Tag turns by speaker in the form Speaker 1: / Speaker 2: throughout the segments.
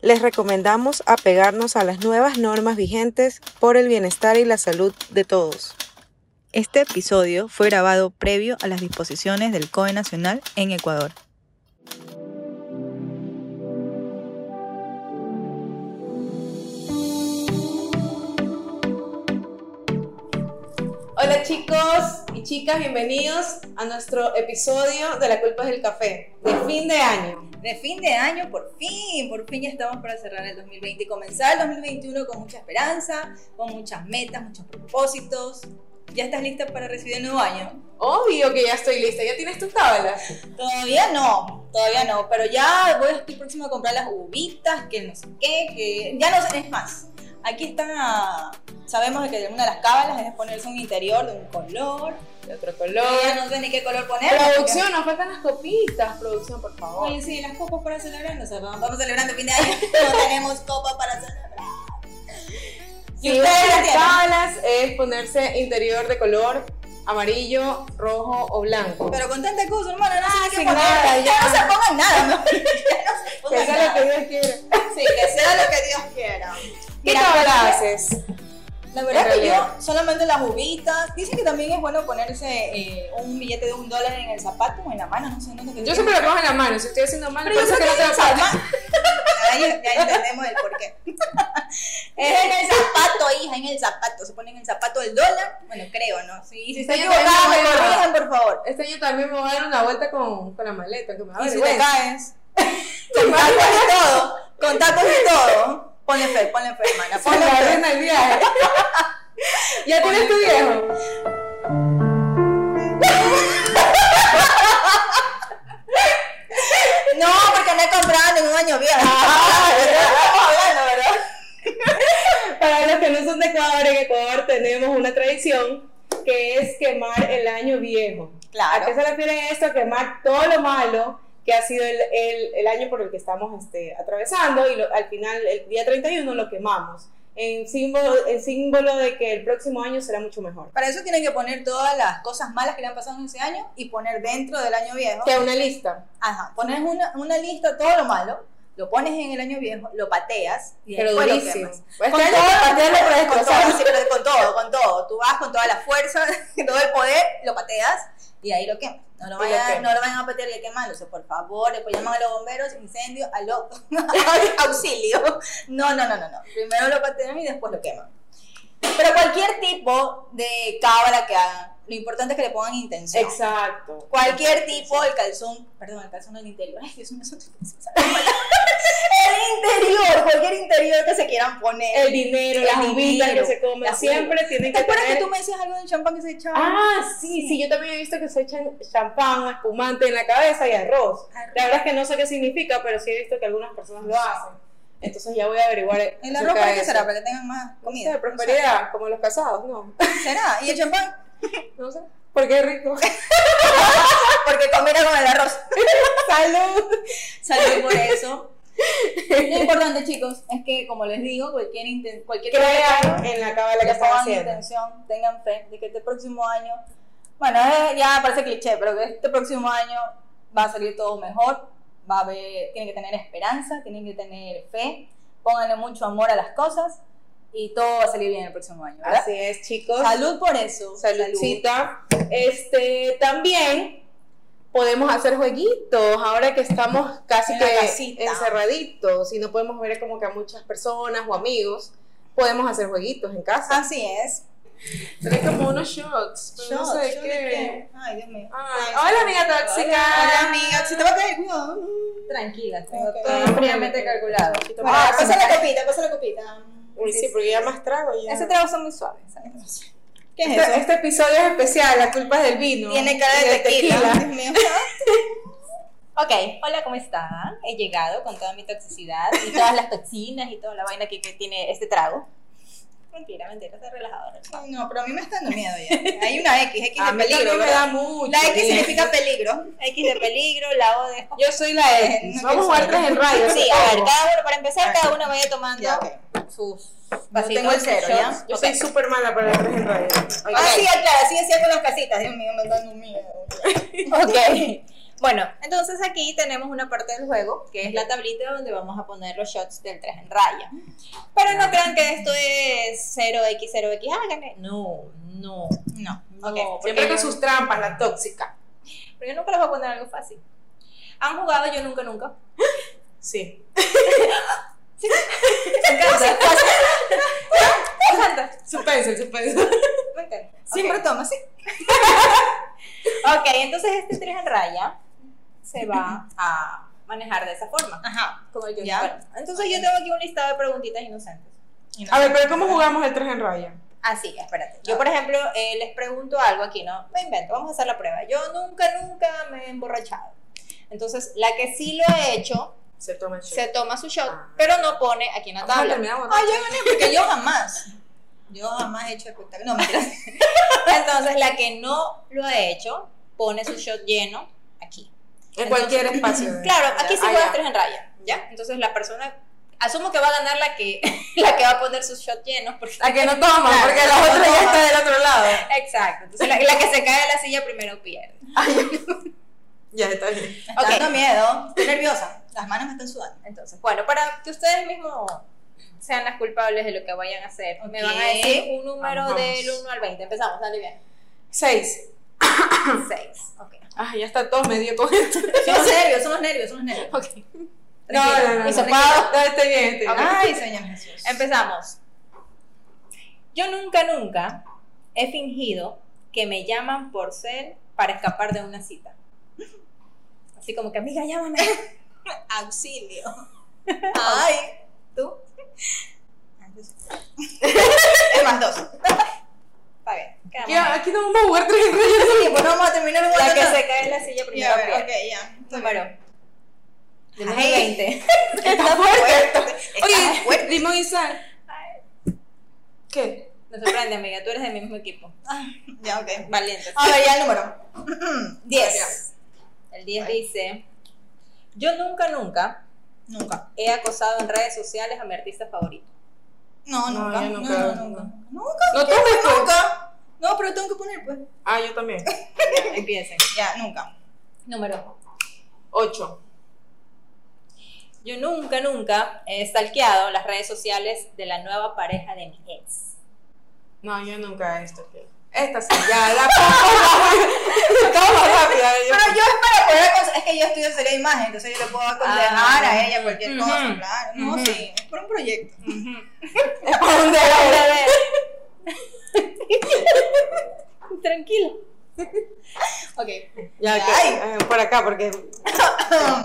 Speaker 1: les recomendamos apegarnos a las nuevas normas vigentes por el bienestar y la salud de todos.
Speaker 2: Este episodio fue grabado previo a las disposiciones del COE Nacional en Ecuador.
Speaker 1: Hola chicos y chicas, bienvenidos a nuestro episodio de La culpa es del café, de fin de año.
Speaker 2: De fin de año, por fin, por fin ya estamos para cerrar el 2020 y comenzar el 2021 con mucha esperanza, con muchas metas, muchos propósitos. ¿Ya estás lista para recibir el nuevo año?
Speaker 1: Obvio que ya estoy lista, ¿ya tienes tus tablas?
Speaker 2: Todavía no, todavía no, pero ya voy, estoy próxima a comprar las uvitas, que no sé qué, que ya no sé, es más. Aquí está, sabemos que una de las cábalas es ponerse un interior de un color,
Speaker 1: De otro
Speaker 2: ya
Speaker 1: color.
Speaker 2: no sé ni qué color poner.
Speaker 1: Producción, nos faltan las copitas, producción, por favor.
Speaker 2: Oye, sí, las copas para celebrar, no sabemos, vamos celebrando fin de año, no tenemos copas para celebrar.
Speaker 1: Si
Speaker 2: ¿Y ustedes la
Speaker 1: las
Speaker 2: tienen?
Speaker 1: tablas es ponerse interior de color amarillo, rojo o blanco.
Speaker 2: Pero con tanta cosa, hermano, no sé ni qué
Speaker 1: Ah, sin
Speaker 2: poner.
Speaker 1: nada, ya.
Speaker 2: ya no se pongan nada, mejor ya no se
Speaker 1: que
Speaker 2: pongan
Speaker 1: sea lo
Speaker 2: nada.
Speaker 1: que Dios quiera.
Speaker 2: Sí, que sea lo que Dios quiera.
Speaker 1: ¿Qué
Speaker 2: Mira,
Speaker 1: tabla haces?
Speaker 2: La verdad
Speaker 1: En
Speaker 2: es que
Speaker 1: realidad.
Speaker 2: yo solamente las uvitas. Dicen que también es bueno ponerse eh, un billete de un dólar en el zapato o en la mano, no sé dónde.
Speaker 1: Yo siempre lo cojo en la mano, si estoy haciendo mal,
Speaker 2: Pero yo
Speaker 1: parece
Speaker 2: creo
Speaker 1: que
Speaker 2: que
Speaker 1: no
Speaker 2: es
Speaker 1: te
Speaker 2: en el
Speaker 1: lo saco.
Speaker 2: zapato. Ya, ya- ya entendemos el porqué. es en el zapato, hija, en el zapato. Se pone en el zapato del dólar. Bueno, creo, ¿no? Sí, y si está
Speaker 1: Está
Speaker 2: equivocada, me
Speaker 1: equivocada,
Speaker 2: corrijan, por favor.
Speaker 1: Este año también me voy a dar una vuelta con, con la maleta, que me va a
Speaker 2: Y si te
Speaker 1: vergüenza.
Speaker 2: caes, con tacos y todo, con tacos y todo. Ponle fe, ponle fe, hermana,
Speaker 1: Se me
Speaker 2: ponle fe.
Speaker 1: arruina el ¿eh? viaje. ¿Ya tienes tu viejo?
Speaker 2: No, porque no he comprado ningún año viejo. Ah,
Speaker 1: Bueno, ¿verdad? Para los que no son de Ecuador, en Ecuador tenemos una tradición que es quemar el año viejo. ¿A qué
Speaker 2: Claro.
Speaker 1: se refiere esto? A quemar todo lo malo que ha sido el, el- el año por el que estamos este, atravesando y lo- al final, el día 31, lo quemamos. En símbolo, en símbolo de que el próximo año será mucho mejor.
Speaker 2: Para eso tienen que poner todas las cosas malas que le han pasado en ese año y poner dentro del año viejo.
Speaker 1: Que una lista,
Speaker 2: Ajá, pones una, una lista todo lo malo, lo pones en el año viejo, lo pateas y
Speaker 1: pero
Speaker 2: después lo
Speaker 1: durísimo.
Speaker 2: quemas.
Speaker 1: Este
Speaker 2: Con
Speaker 1: año
Speaker 2: todo,
Speaker 1: patearlo para
Speaker 2: con
Speaker 1: destrozar.
Speaker 2: todo, sí, pero con todo, con todo. Tú vas con toda la fuerza, todo el poder, lo pateas y ahí lo quemas. No lo
Speaker 1: Y lo
Speaker 2: vayan,
Speaker 1: quemas.
Speaker 2: no lo vayan a patear y a quemarlo. O sea, por favor, después llaman a los bomberos, incendio, al auxilio. No, no, no, no, no. Primero lo patean y después lo queman. Pero cualquier tipo de cábala que hagan, lo importante es que le pongan intención.
Speaker 1: Exacto.
Speaker 2: Cualquier tipo, el calzón, perdón, el calzón del interior. Ay, Dios mío, eso te- El interior, cualquier interior que se quieran poner.
Speaker 1: El dinero,
Speaker 2: El
Speaker 1: las uvitas que
Speaker 2: dinero,
Speaker 1: se comen,
Speaker 2: las
Speaker 1: siempre tienen
Speaker 2: ¿Te
Speaker 1: que
Speaker 2: acuerdas
Speaker 1: tener...
Speaker 2: que tú me decías algo del champán que se echaba?
Speaker 1: Ah, sí, sí, yo también he visto que se echan champán, espumante en la cabeza y arroz.
Speaker 2: Ah,
Speaker 1: La verdad es que no sé qué significa, pero sí he visto que algunas personas lo hacen. Entonces ya voy a averiguar.
Speaker 2: ¿El
Speaker 1: acerca
Speaker 2: arroz para
Speaker 1: de
Speaker 2: qué
Speaker 1: eso.
Speaker 2: será? ¿Para que tengan más
Speaker 1: No sé,
Speaker 2: comida?
Speaker 1: prosperidad, como los casados, no.
Speaker 2: No sé. ¿Será? ¿Y el champán?
Speaker 1: No sé. Porque es rico.
Speaker 2: Porque combina con el arroz.
Speaker 1: Salud.
Speaker 2: Salud por eso. Lo importante, chicos, es que, como les digo, cualquier, inten- cualquier
Speaker 1: Crean en la cábala que
Speaker 2: que
Speaker 1: están
Speaker 2: pongan
Speaker 1: haciendo.
Speaker 2: intención, tengan fe de que este próximo año, bueno, eh, ya parece cliché, pero que este próximo año va a salir todo mejor, va a haber, tienen que tener esperanza, tienen que tener fe, pónganle mucho amor a las cosas y todo va a salir bien el próximo año, ¿verdad?
Speaker 1: Así es, chicos.
Speaker 2: Salud por eso.
Speaker 1: Saludcita. Este, también podemos hacer jueguitos ahora que estamos casi
Speaker 2: En la
Speaker 1: que
Speaker 2: casita.
Speaker 1: encerraditos y no podemos ver como que a muchas personas o amigos. Podemos hacer jueguitos en casa.
Speaker 2: Así es.
Speaker 1: Tenés como unos shots, pero no sé de qué.
Speaker 2: Ay, Dios mío.
Speaker 1: Ay, hola, amiga tóxica.
Speaker 2: Hola, amiga. Si te va a caer, cuidado. Tranquila, tengo
Speaker 1: Ok.
Speaker 2: todo fríamente calculado.
Speaker 1: Bueno,
Speaker 2: Ah, pasa
Speaker 1: sí.
Speaker 2: la copita, pasa la copita.
Speaker 1: Uy, sí, porque ya más trago ya.
Speaker 2: Ese trago son muy suaves. ¿sabes? ¿Qué es
Speaker 1: este,
Speaker 2: eso?
Speaker 1: este episodio es especial, la culpa es del vino.
Speaker 2: Tiene cara de,
Speaker 1: Y del
Speaker 2: tequila. Dios mío. ok, hola, ¿cómo están? He llegado con toda mi toxicidad y todas las toxinas y toda la vaina que, que tiene este trago. Mentira, mentira, está relajado. No, pero a mí me está dando miedo ya. Hay una X, X
Speaker 1: A mí también me da mucho. miedo.
Speaker 2: peligro. X de peligro, la O de...
Speaker 1: Yo soy la
Speaker 2: No,
Speaker 1: X.
Speaker 2: no
Speaker 1: Vamos a jugar
Speaker 2: quiero
Speaker 1: tres en radio.
Speaker 2: Sí,
Speaker 1: eso
Speaker 2: a ver,
Speaker 1: hago.
Speaker 2: cada uno, para empezar, cada uno vaya tomando
Speaker 1: Ya,
Speaker 2: sus
Speaker 1: Yo
Speaker 2: vasitos. shots.
Speaker 1: Yo
Speaker 2: Ok.
Speaker 1: soy súper mala para las tres en radio.
Speaker 2: Ah, sí, claro, sí, sí, con las casitas. Dios mío, me están dando miedo. Ok. Bueno, entonces aquí tenemos una parte del juego, que es la tablita donde vamos a poner los shots del 3 en raya. Pero no crean que esto es 0x, 0x, háganle. No, no, no.
Speaker 1: No,
Speaker 2: Ok,
Speaker 1: siempre
Speaker 2: porque-
Speaker 1: con sus trampas, la tóxica.
Speaker 2: Pero yo nunca les voy a poner algo fácil. ¿Han jugado yo nunca, nunca?
Speaker 1: Sí.
Speaker 2: Me encanta. Me encanta.
Speaker 1: Suspenso, el suspenso.
Speaker 2: Me encanta.
Speaker 1: Siempre
Speaker 2: Ok.
Speaker 1: toma, sí.
Speaker 2: Ok, entonces este 3 en raya se va a manejar de esa forma.
Speaker 3: Ajá.
Speaker 2: Como el yo
Speaker 3: Ya.
Speaker 2: nunca, nunca. Entonces yo tengo aquí un listado de preguntitas inocentes.
Speaker 1: A ver, pero ¿cómo Ah. jugamos el 3 en raya?
Speaker 2: Así, espérate. Yo, por ejemplo, eh, les pregunto algo aquí, ¿no? Me invento, vamos a hacer la prueba. Yo nunca, nunca me he emborrachado. Entonces, la que sí lo ha hecho,
Speaker 1: Se toma el
Speaker 2: se toma su shot,
Speaker 1: Ah.
Speaker 2: pero no pone aquí en la
Speaker 1: Vamos a
Speaker 2: tabla.
Speaker 1: terminar, bueno.
Speaker 3: Ay, yo gané porque yo jamás. Yo jamás he hecho espectáculo. No, mentiras.
Speaker 2: Entonces, la que no lo ha hecho, pone su shot lleno aquí.
Speaker 1: En cualquier espacio. de-
Speaker 2: Claro, aquí sí
Speaker 1: Ah,
Speaker 2: juegas
Speaker 1: ya.
Speaker 2: tres en raya, ¿ya? Entonces, la persona, asumo que va a ganar la que, la que va a poner sus shots llenos. Porque...
Speaker 1: La que no toma,
Speaker 2: Claro,
Speaker 1: porque
Speaker 2: la
Speaker 1: la
Speaker 2: que no
Speaker 1: otra ya
Speaker 2: toma.
Speaker 1: está del otro lado.
Speaker 2: Exacto. Entonces, la, la que se cae de la silla primero pierde.
Speaker 1: Ya está bien.
Speaker 3: Me está
Speaker 2: Ok.
Speaker 3: dando miedo. Estoy nerviosa. Las manos me están sudando.
Speaker 2: Entonces, bueno, para que ustedes mismos sean las culpables de lo que vayan a hacer, me
Speaker 3: Ok.
Speaker 2: van a decir un número
Speaker 1: Vamos,
Speaker 2: del
Speaker 1: vamos.
Speaker 2: 1 al 20. Empezamos, dale bien.
Speaker 1: Seis.
Speaker 2: 6. Ok.
Speaker 1: Ah, ya está todo medio con esto.
Speaker 3: Son los nervios, son los nervios, son los nervios.
Speaker 1: No, no, no.
Speaker 3: Hisopado.
Speaker 1: No, estoy bien, estoy bien.
Speaker 2: Ok.
Speaker 3: Ay, señor Jesús.
Speaker 2: Empezamos. Yo nunca, nunca he fingido que me llaman por ser para escapar de una cita. Así como que, amiga, llámame.
Speaker 3: Auxilio. Ay.
Speaker 2: ¿Tú?
Speaker 3: Ah, yo sí. es más dos.
Speaker 2: Está bien. quedamos
Speaker 1: Aquí,
Speaker 2: ahí.
Speaker 1: aquí no vamos a jugar tres en raya.
Speaker 3: Sí, pues no vamos a terminar un
Speaker 2: La que
Speaker 3: montón.
Speaker 2: se cae en la silla
Speaker 3: Ya,
Speaker 2: primero
Speaker 3: a ver,
Speaker 2: pierde.
Speaker 3: ok, ya.
Speaker 2: Número. Del uno al
Speaker 3: Ay.
Speaker 2: 20.
Speaker 1: Está fuerte esto.
Speaker 3: Está
Speaker 1: Oye, dime, Isa. ¿Qué?
Speaker 2: Me sorprende, amiga. Tú eres del mismo equipo.
Speaker 3: Ah, Ya, ok.
Speaker 2: Valiente.
Speaker 3: A ver, ya el número. 10.
Speaker 2: Diez. El 10 dice: Yo nunca, nunca
Speaker 3: Nunca.
Speaker 2: he acosado en redes sociales a mi artista favorito.
Speaker 3: No,
Speaker 1: No,
Speaker 3: nunca.
Speaker 1: yo
Speaker 3: No,
Speaker 1: nunca,
Speaker 3: no,
Speaker 1: no.
Speaker 3: nunca.
Speaker 1: No tomes,
Speaker 3: Nunca.
Speaker 1: pues.
Speaker 3: Nunca. No, pero tengo que poner, pues.
Speaker 1: Ah, yo también.
Speaker 2: Ya, Empiecen.
Speaker 3: Ya, nunca.
Speaker 2: Número.
Speaker 1: Ocho.
Speaker 2: Yo nunca, nunca he stalkeado las redes sociales de la nueva pareja de mi ex.
Speaker 1: No, yo nunca esto. Esta sí, ya, la pongo. Toma rápida. a ver, yo-
Speaker 3: Pero yo es para poder acons- es que yo estudio sería imagen, entonces yo le puedo aconsejar
Speaker 2: Ah.
Speaker 3: a ella cualquier
Speaker 2: Ujú.
Speaker 3: cosa, claro. No,
Speaker 2: Ujú.
Speaker 3: sí, es por un proyecto.
Speaker 1: Es para donde va.
Speaker 2: Tranquilo. Ok.
Speaker 1: Ya, que,
Speaker 3: Ay.
Speaker 1: eh, por acá, porque no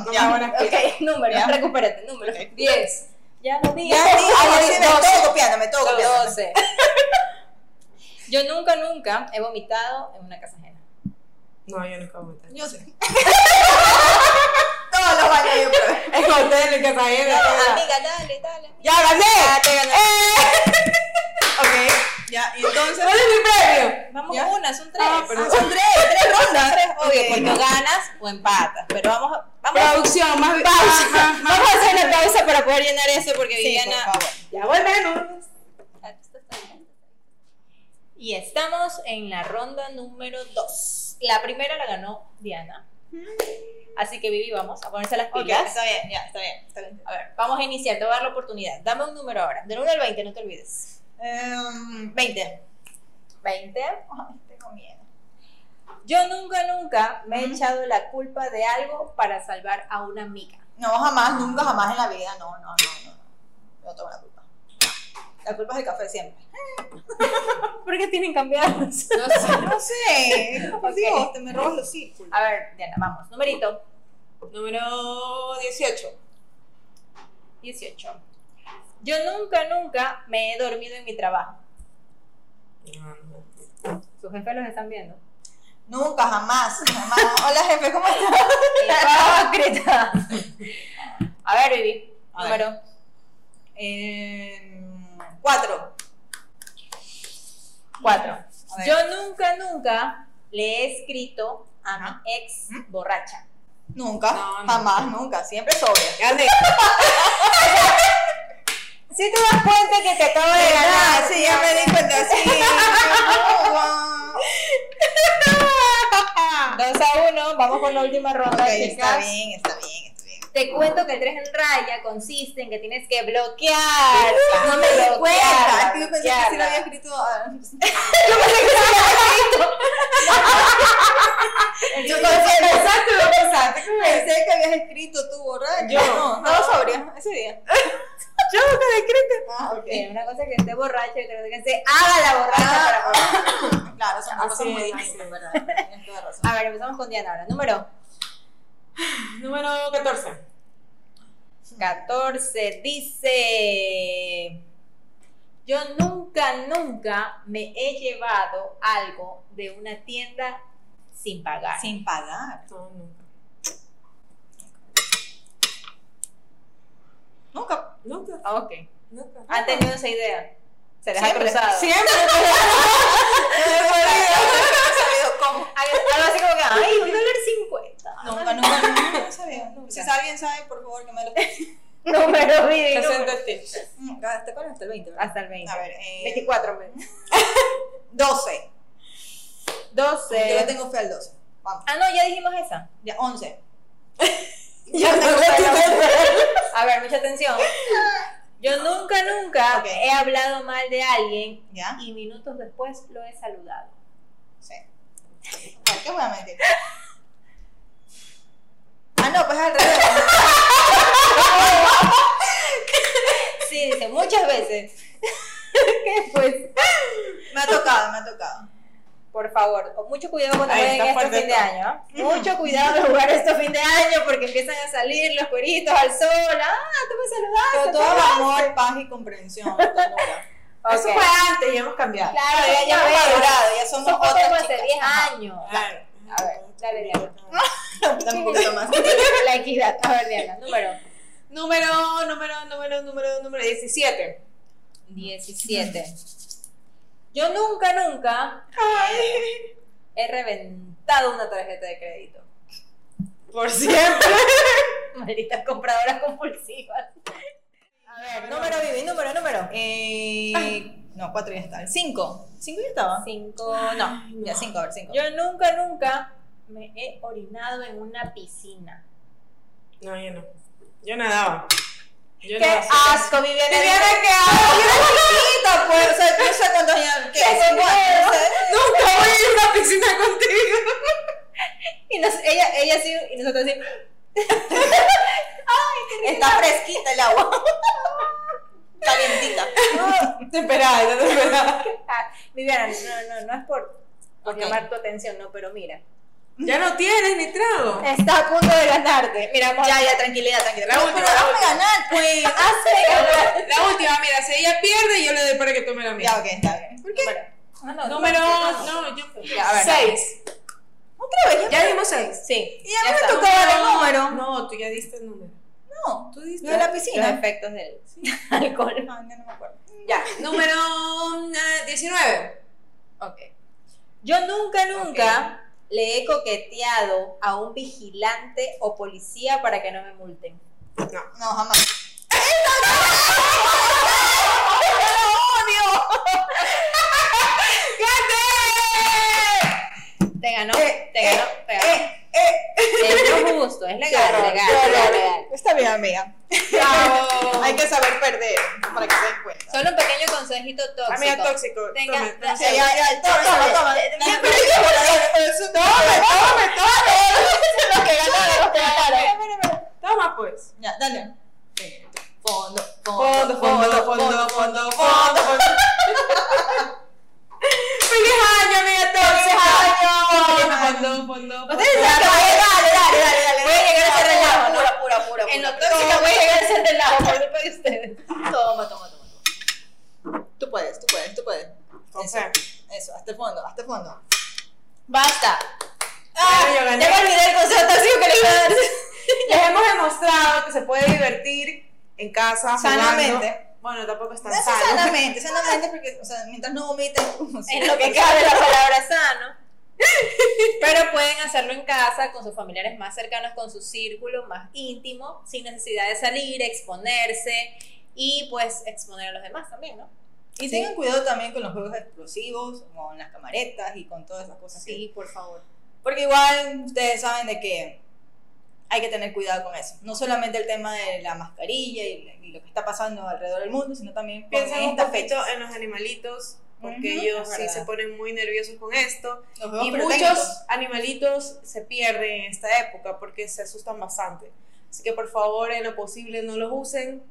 Speaker 1: me van a explicar.
Speaker 2: Ok, número.
Speaker 3: Ya.
Speaker 2: Recupérate, número. 10. Ya no
Speaker 3: Ya
Speaker 2: digas.
Speaker 3: sí,
Speaker 1: Ah,
Speaker 3: ya
Speaker 1: ya
Speaker 3: sí, me
Speaker 1: doce.
Speaker 3: estoy copiando, me estoy copiando.
Speaker 2: 12. Yo nunca, nunca he vomitado en una casa ajena.
Speaker 1: No, yo nunca voy a meter.
Speaker 3: Yo sé. Todos los baños yo probé.
Speaker 1: Es con ustedes lo que está ahí, de verdad.
Speaker 2: Amiga, dale, dale.
Speaker 1: ¡Ya gané! Eh.
Speaker 2: te gané.
Speaker 3: Ok, ya, y entonces.
Speaker 1: ¿Cuál es mi premio?
Speaker 2: Vamos
Speaker 3: Ya.
Speaker 2: una, son tres.
Speaker 1: Ah, pero-
Speaker 3: Ah, son tres, tres rondas. Tres,
Speaker 2: Obvio, porque o ganas o empatas. Pero vamos a. Vamos a-
Speaker 1: Producción, más
Speaker 2: pausa.
Speaker 1: más- más-
Speaker 2: Vamos a hacer una pausa para poder llenar eso porque
Speaker 3: Sí, por
Speaker 2: Viviana.
Speaker 3: favor.
Speaker 1: Ya volvemos.
Speaker 2: Y estamos en la ronda número 2. La primera la ganó Diana. Así que Vivi, vamos a ponerse las
Speaker 3: Ok,
Speaker 2: pilas.
Speaker 3: está bien, ya, está bien. Está bien.
Speaker 2: A ver, vamos a iniciar, te voy a dar la oportunidad. Dame un número ahora. Del 1 al 20, no te olvides.
Speaker 3: Em, 20.
Speaker 2: 20.
Speaker 3: Ay, tengo miedo.
Speaker 2: Yo nunca, nunca me he
Speaker 3: Ujú.
Speaker 2: echado la culpa de algo para salvar a una amiga.
Speaker 3: No, jamás, nunca, jamás en la vida. No, no, no, no. No tengo la culpa. La culpa es el café siempre.
Speaker 2: ¿Por qué tienen cambiados?
Speaker 1: No sé.
Speaker 3: No sé.
Speaker 2: Ok.
Speaker 3: Dios, te este, me robas los círculos.
Speaker 2: A ver, Diana, vamos. Numerito.
Speaker 1: Número 18.
Speaker 2: 18. Yo nunca, nunca me he dormido en mi trabajo. Sus jefes los están viendo.
Speaker 3: Nunca, jamás, jamás. Hola, jefe, ¿cómo estás?
Speaker 2: ¡Hipócrita! A ver, Vivi.
Speaker 3: A
Speaker 2: Número.
Speaker 3: Em, cuatro.
Speaker 2: 4.
Speaker 3: A ver.
Speaker 2: Yo nunca, nunca le he escrito a mi ex borracha.
Speaker 3: Nunca,
Speaker 1: No, no.
Speaker 3: jamás, nunca. Siempre sobria.
Speaker 1: Gané.
Speaker 2: Si te das cuenta que te acabo de ganar.
Speaker 3: sí, ya me di cuenta, sí. Ajá.
Speaker 4: 2 a 1, vamos con la última ronda,
Speaker 3: Ok, está
Speaker 4: chicas.
Speaker 3: bien, está bien, está bien.
Speaker 2: Te cuento que el 3 en raya consiste en que tienes que bloquear.
Speaker 4: No me
Speaker 3: Pero
Speaker 4: lo
Speaker 3: cuenta, es que yo pensé que sí lo
Speaker 4: bloquearla.
Speaker 3: había escrito. ah, Yo pensé,
Speaker 4: Pensaste, lo pensaste.
Speaker 3: pensé que habías escrito tú, ¿verdad?
Speaker 4: Yo.
Speaker 3: no, no lo sabría ese día.
Speaker 4: Yo nunca he escrito.
Speaker 3: Ah, ok.
Speaker 2: Mira, una cosa es que esté borracho y otra cosa es que se haga la borracha para borrar.
Speaker 3: Ah, claro, son cosas
Speaker 1: Así
Speaker 3: muy
Speaker 1: es,
Speaker 3: distintas, ¿verdad? Tienes toda razón.
Speaker 2: A ver, empezamos con Diana ahora. Número
Speaker 1: Número 14.
Speaker 2: 14 dice: Yo nunca, nunca me he llevado algo de una tienda sin pagar.
Speaker 3: Sin pagar.
Speaker 1: No, nunca.
Speaker 3: Nunca.
Speaker 1: Nunca.
Speaker 2: Ah, Ok.
Speaker 1: Nunca.
Speaker 2: ¿Han tenido esa idea? Se les
Speaker 3: Siempre.
Speaker 2: ha cruzado.
Speaker 1: Siempre.
Speaker 3: No he sabido cómo.
Speaker 2: Ay, Algo así como que, ay, un dólar cincuenta.
Speaker 3: Nunca, nunca, nunca. No he sabido. nunca. Si
Speaker 2: Nunca.
Speaker 3: alguien sabe, por favor, que me lo.
Speaker 2: Número vi.
Speaker 1: 60 tips.
Speaker 3: Mm, ¿Hasta cuál? Hasta el 20, ¿verdad?
Speaker 2: Hasta el 20.
Speaker 3: A ver, eh,
Speaker 2: 24.
Speaker 3: 12.
Speaker 2: 12.
Speaker 3: Yo le tengo fe al 12. Vamos.
Speaker 2: Ah, no, ya dijimos esa.
Speaker 3: Ya, 11.
Speaker 1: Ya
Speaker 3: tengo
Speaker 1: no
Speaker 3: fe al
Speaker 1: sé.
Speaker 3: 11.
Speaker 2: A ver, mucha atención. Yo nunca, nunca
Speaker 3: Ok.
Speaker 2: he hablado mal de alguien
Speaker 3: Ya,
Speaker 2: y minutos después lo he saludado.
Speaker 3: sí. Bueno, ¿Qué voy a mentir? Ah, no, pues al revés.
Speaker 2: Sí, dice, muchas veces. ¿Qué pues?
Speaker 3: Me ha tocado, me ha tocado.
Speaker 2: Por favor, o mucho cuidado cuando
Speaker 1: Ahí
Speaker 2: jueguen
Speaker 1: está
Speaker 2: este
Speaker 1: fuerte
Speaker 2: fin de
Speaker 1: todo.
Speaker 2: año. ¿ah? Mucho cuidado al jugar este fin de año porque empiezan a salir los cueritos al sol. Ah, tú me saludaste.
Speaker 3: Pero todo
Speaker 2: tú-
Speaker 3: amor, paz y comprensión. ternura.
Speaker 1: Eso
Speaker 2: Ok.
Speaker 1: fue antes, ya hemos cambiado.
Speaker 2: Claro,
Speaker 3: Ya,
Speaker 2: ya, ya
Speaker 3: hemos
Speaker 2: veo.
Speaker 3: madurado, ya somos
Speaker 2: Somos como
Speaker 3: otras
Speaker 2: hace
Speaker 3: chicas.
Speaker 2: 10
Speaker 3: Ajá.
Speaker 2: años.
Speaker 1: Claro.
Speaker 2: A ver, dale, Diana.
Speaker 3: Un poquito más.
Speaker 2: La equidad. A ver, Diana, número
Speaker 1: Número, número, número, número, número 17.
Speaker 2: 17. Yo nunca, nunca he reventado una tarjeta de crédito.
Speaker 1: Por siempre.
Speaker 2: Malditas compradoras compulsivas.
Speaker 3: A ver, número, Vivi, número, número. Eh, no, 4 ya está. 5. 5 ya estaba.
Speaker 2: Cinco, no.
Speaker 3: Ya, 5, a ver, 5.
Speaker 2: Yo nunca, nunca me he orinado en una piscina.
Speaker 1: No, yo no. Yo nadaba. Yo
Speaker 2: ¡Qué Ah,
Speaker 1: nadaba.
Speaker 2: asco, Viviana!
Speaker 1: Viviana,
Speaker 2: qué
Speaker 3: Chiquita, pues, o sea, yo sé cuántos años. ¿Qué?
Speaker 2: Tengo
Speaker 3: Cinco años,
Speaker 2: miedo.
Speaker 3: ¿eh?
Speaker 1: Nunca voy a ir a la piscina contigo.
Speaker 2: Y nos- ella, ella sí, y nosotros sí.
Speaker 3: Está fresquita el agua. Calientita.
Speaker 1: Te esperaba, yo te esperaba.
Speaker 2: Ah, Viviana, no, no, no es por, por
Speaker 3: Ok.
Speaker 2: llamar tu atención, no, pero mira.
Speaker 1: Ya no tienes ni trago.
Speaker 2: Está a punto de ganarte. Mira, vamos a-
Speaker 3: Ya, ya, tranquilidad, tranquilidad.
Speaker 1: La
Speaker 3: No,
Speaker 1: última,
Speaker 3: pero
Speaker 1: la
Speaker 3: vamos a
Speaker 1: última.
Speaker 3: ganar, pues. Ah,
Speaker 1: La última, mira, si ella pierde, yo le doy para que tome la
Speaker 3: Ya,
Speaker 1: mía.
Speaker 3: ok, está bien. ¿Por qué?
Speaker 2: Número. Ah, no,
Speaker 1: Número,
Speaker 2: no, no.
Speaker 1: no, yo.
Speaker 2: Ya, a ver.
Speaker 1: Seis.
Speaker 3: Otra vez.
Speaker 1: Ya dimos seis.
Speaker 2: Sí.
Speaker 3: Y a mí
Speaker 2: ya
Speaker 3: me
Speaker 2: está.
Speaker 3: tocaba el número.
Speaker 1: No, tú ya diste el número.
Speaker 3: No,
Speaker 1: Tú diste.
Speaker 3: lo de la
Speaker 2: Los
Speaker 3: piscina.
Speaker 2: efectos del alcohol.
Speaker 3: No, no me acuerdo.
Speaker 1: Ya. Número eh, 19.
Speaker 2: Ok. Yo nunca, nunca le he coqueteado a un vigilante o policía para que no me multen.
Speaker 3: No, jamás.
Speaker 2: Te ganó,
Speaker 3: Eh,
Speaker 2: te ganó, te ganó.
Speaker 3: Eh, eh.
Speaker 2: Es lo justo, es legal,
Speaker 1: horror,
Speaker 2: legal,
Speaker 1: qué horror.
Speaker 2: legal, legal.
Speaker 3: Está bien, amiga.
Speaker 1: Bravo.
Speaker 3: Hay que saber perder para que se den cuenta.
Speaker 2: Solo un pequeño consejito tóxico.
Speaker 1: Amiga tóxico.
Speaker 2: Tenga-
Speaker 1: Tome, tome.
Speaker 2: Sí, ya,
Speaker 3: ya, toma, toma, toma.
Speaker 2: Ya,
Speaker 3: Pero yo por ahí, por eso- Lo que ganaron, lo que ganaron.
Speaker 1: Toma, pues.
Speaker 3: Ya, dale. Fondo,
Speaker 1: Fondo, fondo, fondo, fondo, fondo. fondo. ¡Feliz año, amiga tóxica! Fondo, fondo, fondo.
Speaker 2: Ustedes saben que voy a
Speaker 3: Dale, dale, dale, dale.
Speaker 2: Voy a llegar a ese relajo, ¿no?
Speaker 3: Pura, pura, pura.
Speaker 2: En lo
Speaker 3: pura.
Speaker 2: tóxico voy a llegar a ser del lado por culpa de ustedes.
Speaker 3: Toma, toma, toma, toma. Tú puedes, tú puedes, tú puedes.
Speaker 1: Con
Speaker 3: Eso,
Speaker 1: fe.
Speaker 3: eso, hasta el fondo, hasta el fondo.
Speaker 2: Basta.
Speaker 1: Ah, yo gané.
Speaker 2: Ya me olvidé el consejo tóxico que le iba a dar.
Speaker 1: Les hemos demostrado que se puede divertir en casa. jugando.
Speaker 3: Sanamente.
Speaker 1: Bueno, tampoco es tan
Speaker 3: No eso
Speaker 1: sano.
Speaker 3: sanamente, sanamente, porque, o sea, mientras no vomites, o sea,
Speaker 2: En lo que cabe la palabra sano. Pero pueden hacerlo en casa, con sus familiares más cercanos, con su círculo más íntimo, sin necesidad de salir, exponerse y pues exponer a los demás también, ¿no?
Speaker 3: Y tengan cuidado también con los juegos explosivos, con las camaretas y con todas esas cosas. que-
Speaker 2: por favor.
Speaker 3: Porque igual ustedes saben de que hay que tener cuidado con eso. No solamente el tema de la mascarilla y, la- y lo que está pasando alrededor del mundo, sino también con
Speaker 1: Piensen un
Speaker 3: esta
Speaker 1: poquito
Speaker 3: fecha.
Speaker 1: en los animalitos, porque
Speaker 3: Ujú,
Speaker 1: ellos
Speaker 3: es
Speaker 1: sí
Speaker 3: verdad.
Speaker 1: se ponen muy nerviosos con esto.
Speaker 3: Los juegos
Speaker 1: y
Speaker 3: pirotécnicos.
Speaker 1: muchos animalitos se pierden en esta época porque se asustan bastante. Así que por favor, en lo posible, no los usen.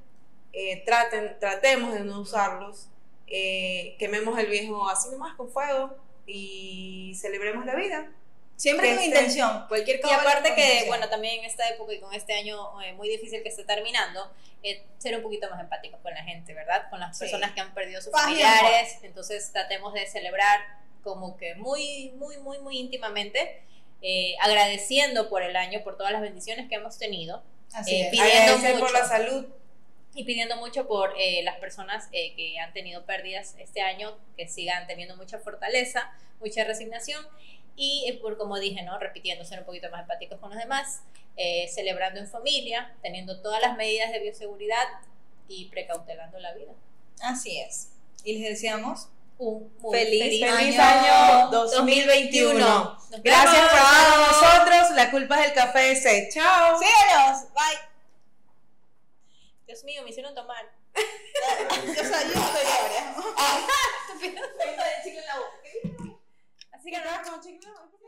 Speaker 1: Eh, traten, tratemos de no usarlos. Eh, quememos el viejo así nomás con fuego y celebremos la vida.
Speaker 3: Siempre con
Speaker 1: Este-
Speaker 3: intención. Cualquier
Speaker 2: Y
Speaker 3: cosa.
Speaker 2: aparte
Speaker 3: con
Speaker 2: que,
Speaker 3: intención.
Speaker 2: bueno, también en esta época y con este año eh, muy difícil que está terminando, eh, ser un poquito más empáticos con la gente, ¿verdad? Con las
Speaker 3: Sí.
Speaker 2: personas que han perdido sus
Speaker 3: Paz y
Speaker 2: familiares. Entonces tratemos de celebrar como que muy, muy, muy, muy íntimamente, eh, agradeciendo por el año, por todas las bendiciones que hemos tenido
Speaker 3: Así
Speaker 2: eh,
Speaker 3: es.
Speaker 2: pi- Pidiendo
Speaker 1: Agradecer por
Speaker 2: mucho.
Speaker 1: la salud.
Speaker 2: y pidiendo mucho por eh, las personas eh, que han tenido pérdidas este año, que sigan teniendo mucha fortaleza, mucha resignación y eh, por como dije, ¿no? repitiendo, ser un poquito más empáticos con los demás, eh, celebrando en familia, teniendo todas las medidas de bioseguridad y precautelando la vida.
Speaker 3: Así es. Y les deseamos
Speaker 2: Un muy
Speaker 3: Feliz,
Speaker 1: Feliz
Speaker 3: año
Speaker 1: año 2021.
Speaker 3: 2021.
Speaker 2: Nos vemos.
Speaker 1: Gracias por estar con nosotros. La culpa es del café ese. Chao.
Speaker 3: ¡Síganos! ¡Bye!
Speaker 2: Dios mío, me hicieron tomar.
Speaker 3: Yo soy, yo soy ebria.
Speaker 2: Así que no.
Speaker 1: Así que no, como chiquillo, ¿por qué?